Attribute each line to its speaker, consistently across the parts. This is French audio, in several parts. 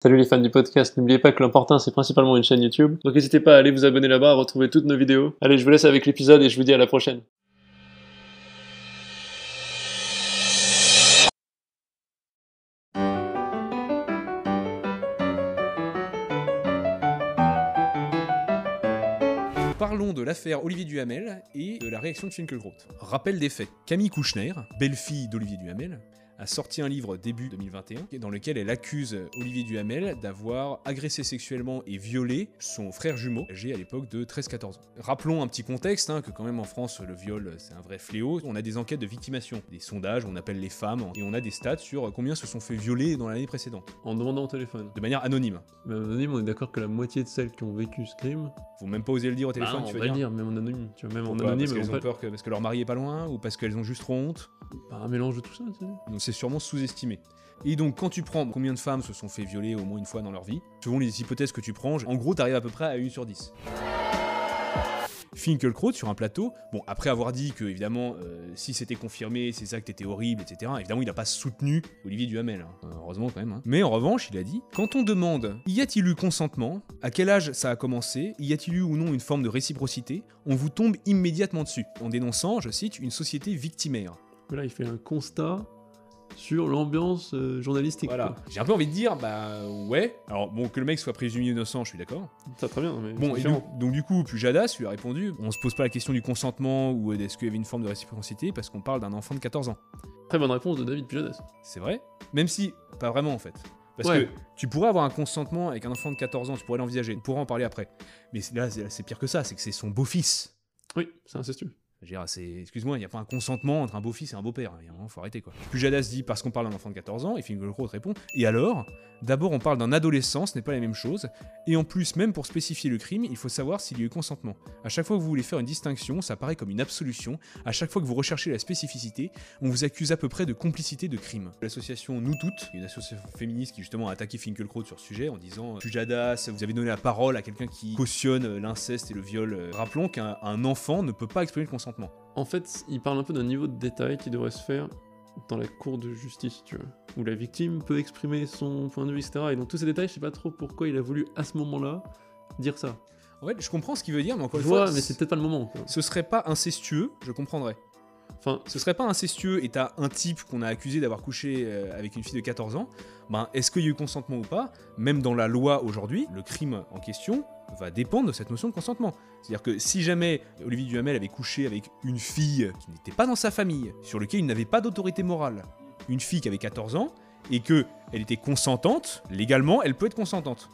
Speaker 1: Salut les fans du podcast, n'oubliez pas que l'important c'est principalement une chaîne YouTube, donc n'hésitez pas à aller vous abonner là-bas, à retrouver toutes nos vidéos. Allez, je vous laisse avec l'épisode et je vous dis à la prochaine.
Speaker 2: Parlons de l'affaire Olivier Duhamel et de la réaction de Finkielkraut. Rappel des faits. Camille Kouchner, belle-fille d'Olivier Duhamel, a sorti un livre début 2021 dans lequel elle accuse Olivier Duhamel d'avoir agressé sexuellement et violé son frère jumeau, âgé à l'époque de 13-14 ans. Rappelons un petit contexte, hein, que quand même en France, le viol, c'est un vrai fléau. On a des enquêtes de victimation, des sondages, on appelle les femmes, hein, et on a des stats sur combien se sont fait violer dans l'année précédente,
Speaker 1: En demandant au téléphone.
Speaker 2: de manière anonyme.
Speaker 1: Mais anonyme, on est d'accord que la moitié de celles qui ont vécu ce crime,
Speaker 2: Faut même pas oser le dire au téléphone,
Speaker 1: bah, on
Speaker 2: tu
Speaker 1: va
Speaker 2: vas
Speaker 1: le
Speaker 2: dire.
Speaker 1: dire, même en anonyme, tu vois, même
Speaker 2: Pourquoi
Speaker 1: en anonyme,
Speaker 2: parce qu'elles
Speaker 1: on
Speaker 2: ont
Speaker 1: peut-
Speaker 2: peur que, parce que leur mari est pas loin ou parce qu'elles ont juste trop honte.
Speaker 1: bah, un mélange de tout ça, tu sais.
Speaker 2: Donc c'est sûrement sous-estimé. Et donc quand tu prends combien de femmes se sont fait violer au moins une fois dans leur vie, selon les hypothèses que tu prends, en gros t'arrives à peu près à 1 sur 10. Finkelkraut sur un plateau, bon après avoir dit que évidemment euh, si c'était confirmé, ces actes étaient horribles, etc. Évidemment il n'a pas soutenu Olivier Duhamel, hein. Euh, heureusement quand même. hein. Mais en revanche il a dit, quand on demande y a-t-il eu consentement, à quel âge ça a commencé, y a-t-il eu ou non une forme de réciprocité, on vous tombe immédiatement dessus, en dénonçant, je cite, une société victimaire.
Speaker 1: Mais Là, il fait un constat sur l'ambiance euh, journalistique.
Speaker 2: Voilà. J'ai un peu envie de dire, bah ouais. Alors bon, que le mec soit présumé innocent, je suis d'accord.
Speaker 1: quoi. Ça, très bien, mais c'est
Speaker 2: Bon, et
Speaker 1: différent.
Speaker 2: donc, donc du coup, Pujadas lui a répondu, on se pose pas la question du consentement ou est-ce qu'il y avait une forme de réciprocité parce qu'on parle d'un enfant de 14 ans.
Speaker 1: Très bonne réponse de David Pujadas.
Speaker 2: C'est vrai Même si, pas vraiment en fait. Parce
Speaker 1: Ouais.
Speaker 2: que tu pourrais avoir un consentement avec un enfant de 14 ans, tu pourrais l'envisager, on pourra en parler après. Mais c'est- là, c'est c'est pire que ça, c'est que c'est son beau-fils.
Speaker 1: Oui, c'est incestueux.
Speaker 2: Je veux dire, c'est- Excuse-moi, il n'y a pas un consentement entre un beau-fils et un beau-père. Il y a un moment, faut arrêter quoi. Pujadas dit parce qu'on parle d'un enfant de 14 ans, et Finkielkraut répond Et alors D'abord, on parle d'un adolescent, ce n'est pas la même chose. Et en plus, même pour spécifier le crime, il faut savoir s'il y a eu consentement. À chaque fois que vous voulez faire une distinction, ça paraît comme une absolution. À chaque fois que vous recherchez la spécificité, on vous accuse à peu près de complicité de crime. L'association Nous Toutes, une association féministe qui justement a attaqué Finkielkraut sur ce sujet en disant euh, Pujadas, vous avez donné la parole à quelqu'un qui cautionne euh, l'inceste et le viol. Euh, Rappelons qu'un un enfant ne peut pas exprimer le consentement.
Speaker 1: En fait, il parle un peu d'un niveau de détail qui devrait se faire dans la cour de justice, tu vois, où la victime peut exprimer son point de vue, etc. Et dans tous ces détails, je sais pas trop pourquoi il a voulu à ce moment-là dire ça.
Speaker 2: En fait, je comprends ce qu'il veut dire, mais encore
Speaker 1: Je
Speaker 2: une
Speaker 1: vois,
Speaker 2: fois,
Speaker 1: mais c'est peut-être pas le moment. quoi.
Speaker 2: ce serait pas incestueux, je comprendrais.
Speaker 1: Enfin,
Speaker 2: Ce serait pas incestueux et t'as un type qu'on a accusé d'avoir couché euh, avec une fille de 14 ans, ben est-ce qu'il y a eu consentement ou pas Même dans la loi aujourd'hui, le crime en question va dépendre de cette notion de consentement. C'est-à-dire que si jamais Olivier Duhamel avait couché avec une fille qui n'était pas dans sa famille, sur laquelle il n'avait pas d'autorité morale, une fille qui avait 14 ans, et que elle était consentante, légalement, elle peut être consentante.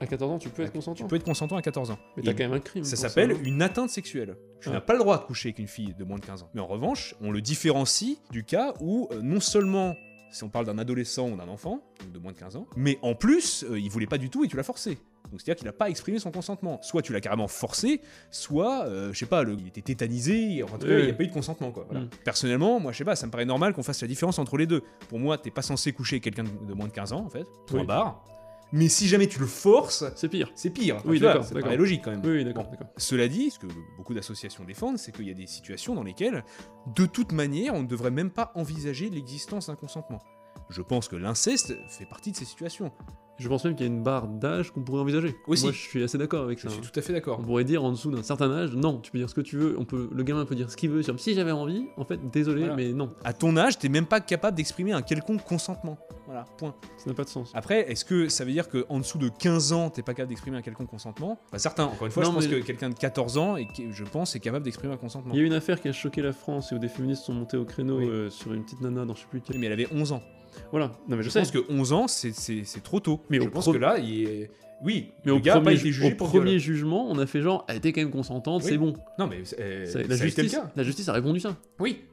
Speaker 1: à 14 ans, tu peux être
Speaker 2: Tu
Speaker 1: consentant.
Speaker 2: peux être consentant à 14 ans.
Speaker 1: Mais t'as
Speaker 2: Et-
Speaker 1: quand même un crime.
Speaker 2: Ça
Speaker 1: pour
Speaker 2: s'appelle
Speaker 1: non
Speaker 2: une atteinte sexuelle. Tu
Speaker 1: Ouais.
Speaker 2: n'as pas le droit de coucher avec une fille de moins de 15 ans. Mais en revanche, on le différencie du cas où euh, non seulement si on parle d'un adolescent ou d'un enfant donc de moins de 15 ans, mais en plus, euh, il voulait pas du tout et tu l'as forcé. Donc c'est-à-dire qu'il n'a pas exprimé son consentement. Soit tu l'as carrément forcé, soit, euh, je sais pas, le- il était tétanisé, en tout cas,
Speaker 1: Oui,
Speaker 2: il n'y a
Speaker 1: oui.
Speaker 2: pas eu de consentement. Quoi, voilà.
Speaker 1: Mm.
Speaker 2: Personnellement, moi, je sais pas, ça me paraît normal qu'on fasse la différence entre les deux. Pour moi, t'es pas censé coucher avec quelqu'un de de moins de 15 ans, en fait, pour
Speaker 1: Oui.
Speaker 2: un bar. Mais si jamais tu le forces,
Speaker 1: C'est pire.
Speaker 2: c'est pire. Enfin,
Speaker 1: Oui,
Speaker 2: tu vois,
Speaker 1: d'accord,
Speaker 2: ça
Speaker 1: d'accord.
Speaker 2: paraît logique quand même.
Speaker 1: Oui, oui, d'accord,
Speaker 2: Bon.
Speaker 1: d'accord.
Speaker 2: Cela dit, ce que beaucoup d'associations défendent, c'est qu'il y a des situations dans lesquelles, de toute manière, on ne devrait même pas envisager l'existence d'un consentement. Je pense que l'inceste fait partie de ces situations.
Speaker 1: Je pense même qu'il y a une barre d'âge qu'on pourrait envisager.
Speaker 2: Aussi.
Speaker 1: Moi, je suis assez d'accord avec
Speaker 2: Je
Speaker 1: ça.
Speaker 2: suis
Speaker 1: hein.
Speaker 2: tout à fait d'accord.
Speaker 1: On pourrait dire en dessous d'un certain âge, non, tu peux dire ce que tu veux, on peut, le gamin peut dire ce qu'il veut, sur si j'avais envie, en fait, désolé,
Speaker 2: Voilà.
Speaker 1: mais non,
Speaker 2: À ton âge, t'es même pas capable d'exprimer un quelconque consentement. Voilà, point.
Speaker 1: ça n'a pas de sens.
Speaker 2: Après, est-ce que ça veut dire qu'en dessous de 15 ans, t'es pas capable d'exprimer un quelconque consentement Pas certain. Encore une fois,
Speaker 1: Non,
Speaker 2: je pense
Speaker 1: mais-
Speaker 2: que quelqu'un de 14 ans, est, je pense, est capable d'exprimer un consentement.
Speaker 1: Il y a eu une affaire qui a choqué la France et où des féministes sont montées au créneau
Speaker 2: Oui.
Speaker 1: euh, sur une petite nana dans je sais plus quelle.
Speaker 2: Mais elle avait 11 ans.
Speaker 1: Voilà, non mais je,
Speaker 2: Je
Speaker 1: sais.
Speaker 2: pense que 11 ans, c'est- c'est c'est trop tôt.
Speaker 1: Mais
Speaker 2: je
Speaker 1: au
Speaker 2: pense
Speaker 1: pro-
Speaker 2: que là, il est... oui,
Speaker 1: Mais
Speaker 2: le
Speaker 1: au,
Speaker 2: gars a pas
Speaker 1: premier,
Speaker 2: été jugé
Speaker 1: au
Speaker 2: pour
Speaker 1: premier
Speaker 2: viol.
Speaker 1: jugement, on a fait genre, elle était quand même consentante,
Speaker 2: Oui.
Speaker 1: c'est bon.
Speaker 2: Non, mais euh,
Speaker 1: Ça-
Speaker 2: ça
Speaker 1: la,
Speaker 2: a été le
Speaker 1: justice,
Speaker 2: cas.
Speaker 1: la justice a répondu ça.
Speaker 2: Oui,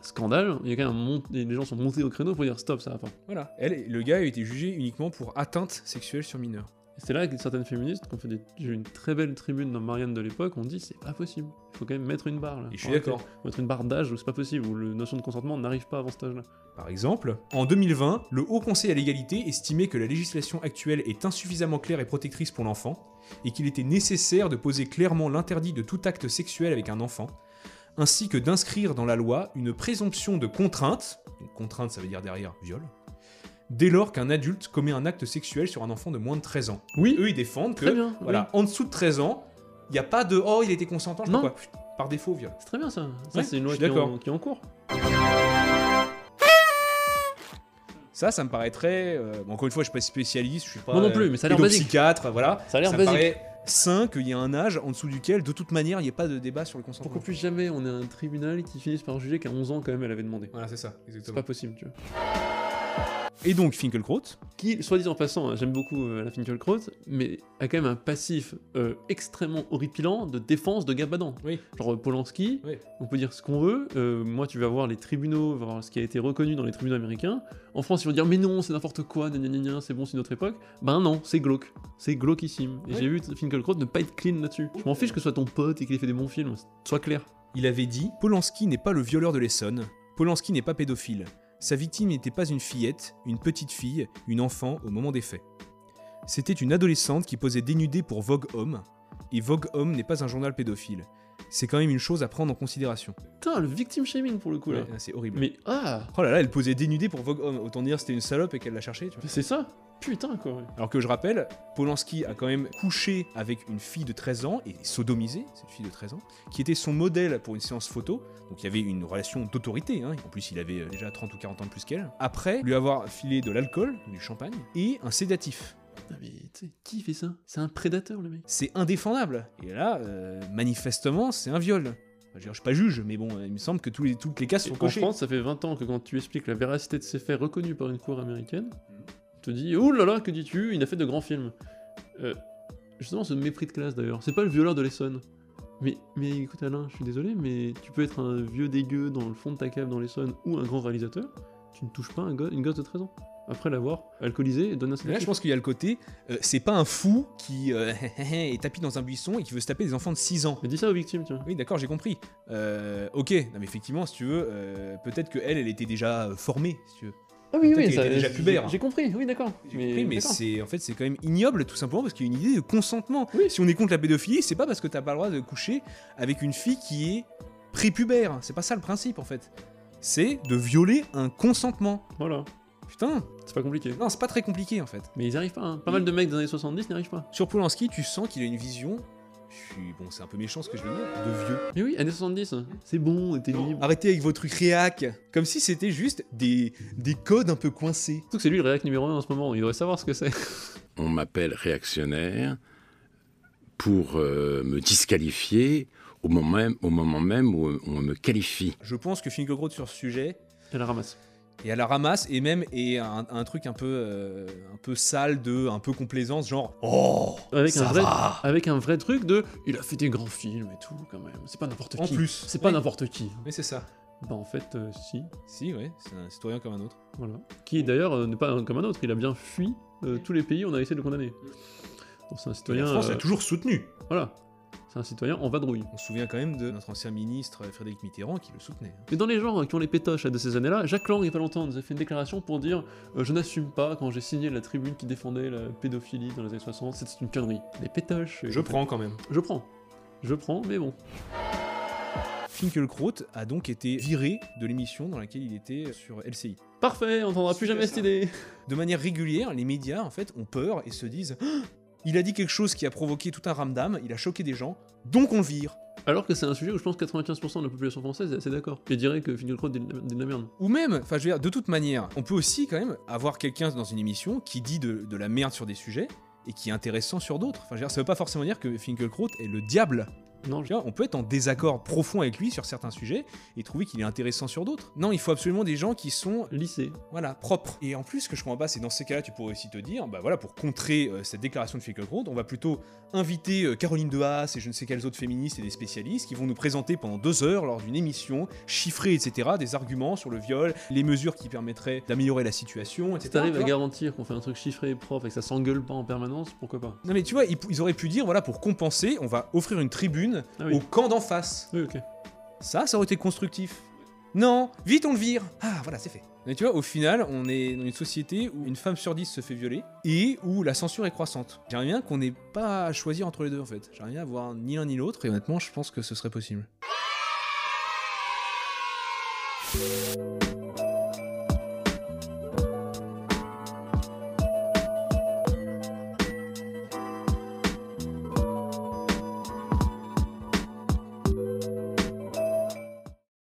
Speaker 1: Scandale, il y a quand même un mont- et les gens sont montés au créneau pour dire stop, ça va pas.
Speaker 2: voilà. Elle, le gars a été jugé uniquement pour atteinte sexuelle sur mineur.
Speaker 1: Et C'est là que certaines féministes, qui ont fait des- j'ai eu une très belle tribune dans Marianne de l'époque, ont dit c'est pas possible. Il faut quand même mettre une barre là.
Speaker 2: Et je suis
Speaker 1: Faut arrêter.
Speaker 2: d'accord.
Speaker 1: Faut Mettre une barre d'âge où c'est pas possible, où la notion de consentement n'arrive pas avant cet âge là.
Speaker 2: Par exemple, en 2020, le Haut Conseil à l'égalité estimait que la législation actuelle est insuffisamment claire et protectrice pour l'enfant, et qu'il était nécessaire de poser clairement l'interdit de tout acte sexuel avec un enfant, ainsi que d'inscrire dans la loi une présomption de contrainte, donc contrainte ça veut dire derrière viol, dès lors qu'un adulte commet un acte sexuel sur un enfant de moins de 13 ans.
Speaker 1: Oui, Euh,
Speaker 2: Eux, ils défendent que,
Speaker 1: très bien. oui.
Speaker 2: voilà, en dessous de 13 ans, il n'y a pas de oh, il était consentant, je sais
Speaker 1: Non.
Speaker 2: pas quoi. Pff, Par défaut, viol.
Speaker 1: C'est très bien ça. Ça,
Speaker 2: Ouais,
Speaker 1: c'est une
Speaker 2: je
Speaker 1: loi
Speaker 2: suis
Speaker 1: qui est, en,
Speaker 2: d'accord.
Speaker 1: qui est en cours.
Speaker 2: Ça, ça me paraîtrait. euh, bon, encore une fois, je suis pas spécialiste, je suis pas.
Speaker 1: Moi non
Speaker 2: euh,
Speaker 1: plus, mais ça a l'air basique.
Speaker 2: pédopsychiatre, voilà.
Speaker 1: Ça a l'air
Speaker 2: me
Speaker 1: basique.
Speaker 2: paraît sain qu'il y ait un âge en dessous duquel, de toute manière, il n'y ait pas de débat sur le consentement.
Speaker 1: Pour qu'on puisse jamais, on ait un tribunal qui finisse par juger qu'à 11 ans, quand même, elle avait demandé.
Speaker 2: Voilà, c'est ça,
Speaker 1: C'est
Speaker 2: exactement.
Speaker 1: pas possible, tu vois.
Speaker 2: Et donc, Finkelkraut,
Speaker 1: Qui, soit dit en passant, hein, j'aime beaucoup euh, la Finkielkraut, mais a quand même un passif euh, extrêmement horripilant de défense de Gabadan.
Speaker 2: Oui.
Speaker 1: Genre euh, Polanski,
Speaker 2: Oui.
Speaker 1: on peut dire ce qu'on veut. euh, moi, tu vas voir les tribunaux, voir ce qui a été reconnu dans les tribunaux américains. En France, ils vont dire mais non, c'est n'importe quoi, gna gna gna gna, c'est bon, c'est notre époque. Ben non, c'est glauque. C'est glauquissime. Et
Speaker 2: Oui.
Speaker 1: j'ai vu Finkielkraut ne pas être clean là-dessus. Je m'en fiche que ce soit ton pote et qu'il ait fait des bons films. Sois clair.
Speaker 2: il avait dit Polanski n'est pas le violeur de l'Essonne, Polanski n'est pas pédophile. Sa victime n'était pas une fillette, une petite fille, une enfant au moment des faits. C'était une adolescente qui posait dénudée pour Vogue Homme, et Vogue Homme n'est pas un journal pédophile. C'est quand même une chose à prendre en considération.
Speaker 1: Putain, le victim shaming pour le coup là.
Speaker 2: Ouais, c'est horrible.
Speaker 1: Mais ah,
Speaker 2: Oh là là, elle posait dénudée pour Vogue Homme, autant dire c'était une salope et qu'elle l'a cherchée, tu vois.
Speaker 1: c'est ça. Putain quoi. ouais.
Speaker 2: Alors que je rappelle, Polanski a quand même couché avec une fille de 13 ans et sodomisé cette fille de 13 ans, qui était son modèle pour une séance photo. Donc il y avait une relation d'autorité. hein. En plus, il avait euh, déjà 30 ou 40 ans de plus qu'elle. Après, lui avoir filé de l'alcool, du champagne et un sédatif.
Speaker 1: Non Ah, mais tu sais, qui fait ça C'est un prédateur le mec.
Speaker 2: C'est indéfendable. Et là, euh, manifestement, c'est un viol. Enfin, je veux dire, je suis pas juge, mais bon, euh, il me semble que tous les, toutes les cases
Speaker 1: Et
Speaker 2: sont
Speaker 1: en
Speaker 2: cochées.
Speaker 1: France, ça fait 20 ans que quand tu expliques la véracité de ces faits reconnus par une cour américaine, on te dit Ouh là là, que dis-tu Il a fait de grands films. Euh, justement, ce mépris de classe d'ailleurs, c'est pas le violeur de l'Essonne. Mais, mais écoute Alain, je suis désolé, mais tu peux être un vieux dégueu dans le fond de ta cave dans l'Essonne ou un grand réalisateur, tu ne touches pas un go- une gosse de 13 ans. Après l'avoir alcoolisée et donné un
Speaker 2: Mais Là, je
Speaker 1: sédatif.
Speaker 2: pense qu'il y a le côté, euh, c'est pas un fou qui euh, est tapis dans un buisson et qui veut se taper des enfants de 6 ans.
Speaker 1: Mais dis ça aux victimes, tiens.
Speaker 2: Oui, d'accord, j'ai compris. Euh, ok, non, mais effectivement, si tu veux, euh, peut-être que elle, elle était déjà euh, formée, si tu veux.
Speaker 1: Ah
Speaker 2: oui, Peut-être oui, qu'il ça- était déjà pubère.
Speaker 1: hein. J'ai compris, oui, d'accord.
Speaker 2: J'ai compris, mais c'est en fait c'est quand même ignoble tout simplement parce qu'il y a une idée de consentement.
Speaker 1: Oui.
Speaker 2: Si on est contre la pédophilie, c'est pas parce que t'as pas le droit de coucher avec une fille qui est prépubère. C'est pas ça le principe en fait. C'est de violer un consentement.
Speaker 1: Voilà,
Speaker 2: Putain,
Speaker 1: c'est pas compliqué.
Speaker 2: non, c'est pas très compliqué en fait.
Speaker 1: Mais ils arrivent pas, hein. Pas
Speaker 2: Oui.
Speaker 1: mal de mecs des années 70 n'y arrivent pas.
Speaker 2: Sur Polanski, tu sens qu'il a une vision. Je suis bon, c'est un peu méchant ce que je vais dire, de vieux.
Speaker 1: Mais oui, années 70, c'est bon, t'es libre.
Speaker 2: Arrêtez avec vos trucs réac, comme si c'était juste des des codes un peu coincés.
Speaker 1: Surtout que c'est lui le réac numéro 1 en ce moment, il devrait savoir ce que c'est.
Speaker 3: on m'appelle réactionnaire pour euh, me disqualifier au moment, même, au moment même où on me qualifie.
Speaker 2: Je pense que Finkelkraut sur ce sujet
Speaker 1: Elle la ramasse.
Speaker 2: et à la ramasse et même et un, un truc un peu euh, un peu sale de un peu complaisance genre oh
Speaker 1: Avec
Speaker 2: ça
Speaker 1: un vrai-
Speaker 2: va
Speaker 1: Avec un vrai truc de il a fait des grands films et tout, quand même. C'est pas n'importe qui.
Speaker 2: en plus
Speaker 1: C'est pas
Speaker 2: Oui.
Speaker 1: n'importe qui.
Speaker 2: mais c'est ça
Speaker 1: Bah en fait, euh, si.
Speaker 2: si ouais c'est un citoyen comme un autre
Speaker 1: Voilà. Qui d'ailleurs euh, n'est pas un- comme un autre, il a bien fui euh, tous les pays où on a essayé de le condamner. Donc c'est un
Speaker 2: la
Speaker 1: citoyen.
Speaker 2: France
Speaker 1: euh,
Speaker 2: l'a toujours soutenu
Speaker 1: Voilà. C'est un citoyen en vadrouille.
Speaker 2: on se souvient quand même de notre ancien ministre euh, Frédéric Mitterrand qui le soutenait hein.
Speaker 1: Mais dans les gens euh, qui ont les pétoches là, de ces années-là, Jacques Lang, il y a pas longtemps, nous a fait une déclaration pour dire euh, Je n'assume pas quand j'ai signé la tribune qui défendait la pédophilie dans les années 60, c'était une connerie. Les pétoches. euh,
Speaker 2: je prends quand même
Speaker 1: Je prends. Je prends, mais bon.
Speaker 2: Finkelkraut a donc été viré de l'émission dans laquelle il était sur LCI
Speaker 1: Parfait, on n'entendra plus
Speaker 2: Suite à
Speaker 1: jamais
Speaker 2: ça.
Speaker 1: cette idée.
Speaker 2: de manière régulière, les médias en fait ont peur et se disent Ah il a dit quelque chose qui a provoqué tout un ramdam, il a choqué des gens, donc on le vire.
Speaker 1: Alors que c'est un sujet où je pense que 95% de la population française est assez d'accord. Et dirait que Finkielkraut dit de la merde.
Speaker 2: Ou même, enfin je veux dire, de toute manière, on peut aussi quand même avoir quelqu'un dans une émission qui dit de, de la merde sur des sujets et qui est intéressant sur d'autres. Enfin je veux dire, ça veut pas forcément dire que Finkelkraut est le diable.
Speaker 1: Non,
Speaker 2: Je veux dire, on peut être en désaccord profond avec lui sur certains sujets et trouver qu'il est intéressant sur d'autres. Non, il faut absolument des gens qui sont
Speaker 1: lycée.
Speaker 2: Voilà, propre. Et en plus, ce que je comprends pas, c'est dans ces cas-là, tu pourrais aussi te dire, bah voilà, pour contrer euh, cette déclaration de Finkelkraut, on va plutôt inviter euh, Caroline Dehaas et je ne sais quelles autres féministes et des spécialistes qui vont nous présenter pendant deux heures lors d'une émission, chiffrée, etc., des arguments sur le viol, les mesures qui permettraient d'améliorer la situation, etc.
Speaker 1: Si t'arrives
Speaker 2: tu
Speaker 1: à
Speaker 2: vois.
Speaker 1: garantir qu'on fait un truc chiffré et propre et que ça s'engueule pas en permanence, pourquoi pas
Speaker 2: Non mais tu vois, ils, ils auraient pu dire, voilà, pour compenser, on va offrir une tribune
Speaker 1: Ah oui.
Speaker 2: au camp d'en face.
Speaker 1: Oui, ok.
Speaker 2: Ça, ça aurait été constructif. Non, vite on le vire. Ah voilà, c'est fait. Mais tu vois, au final, on est dans une société où une femme sur dix se fait violer et où la censure est croissante. J'aimerais bien qu'on n'ait pas à choisir entre les deux en fait. J'aimerais bien avoir ni l'un ni l'autre et honnêtement, je pense que ce serait possible.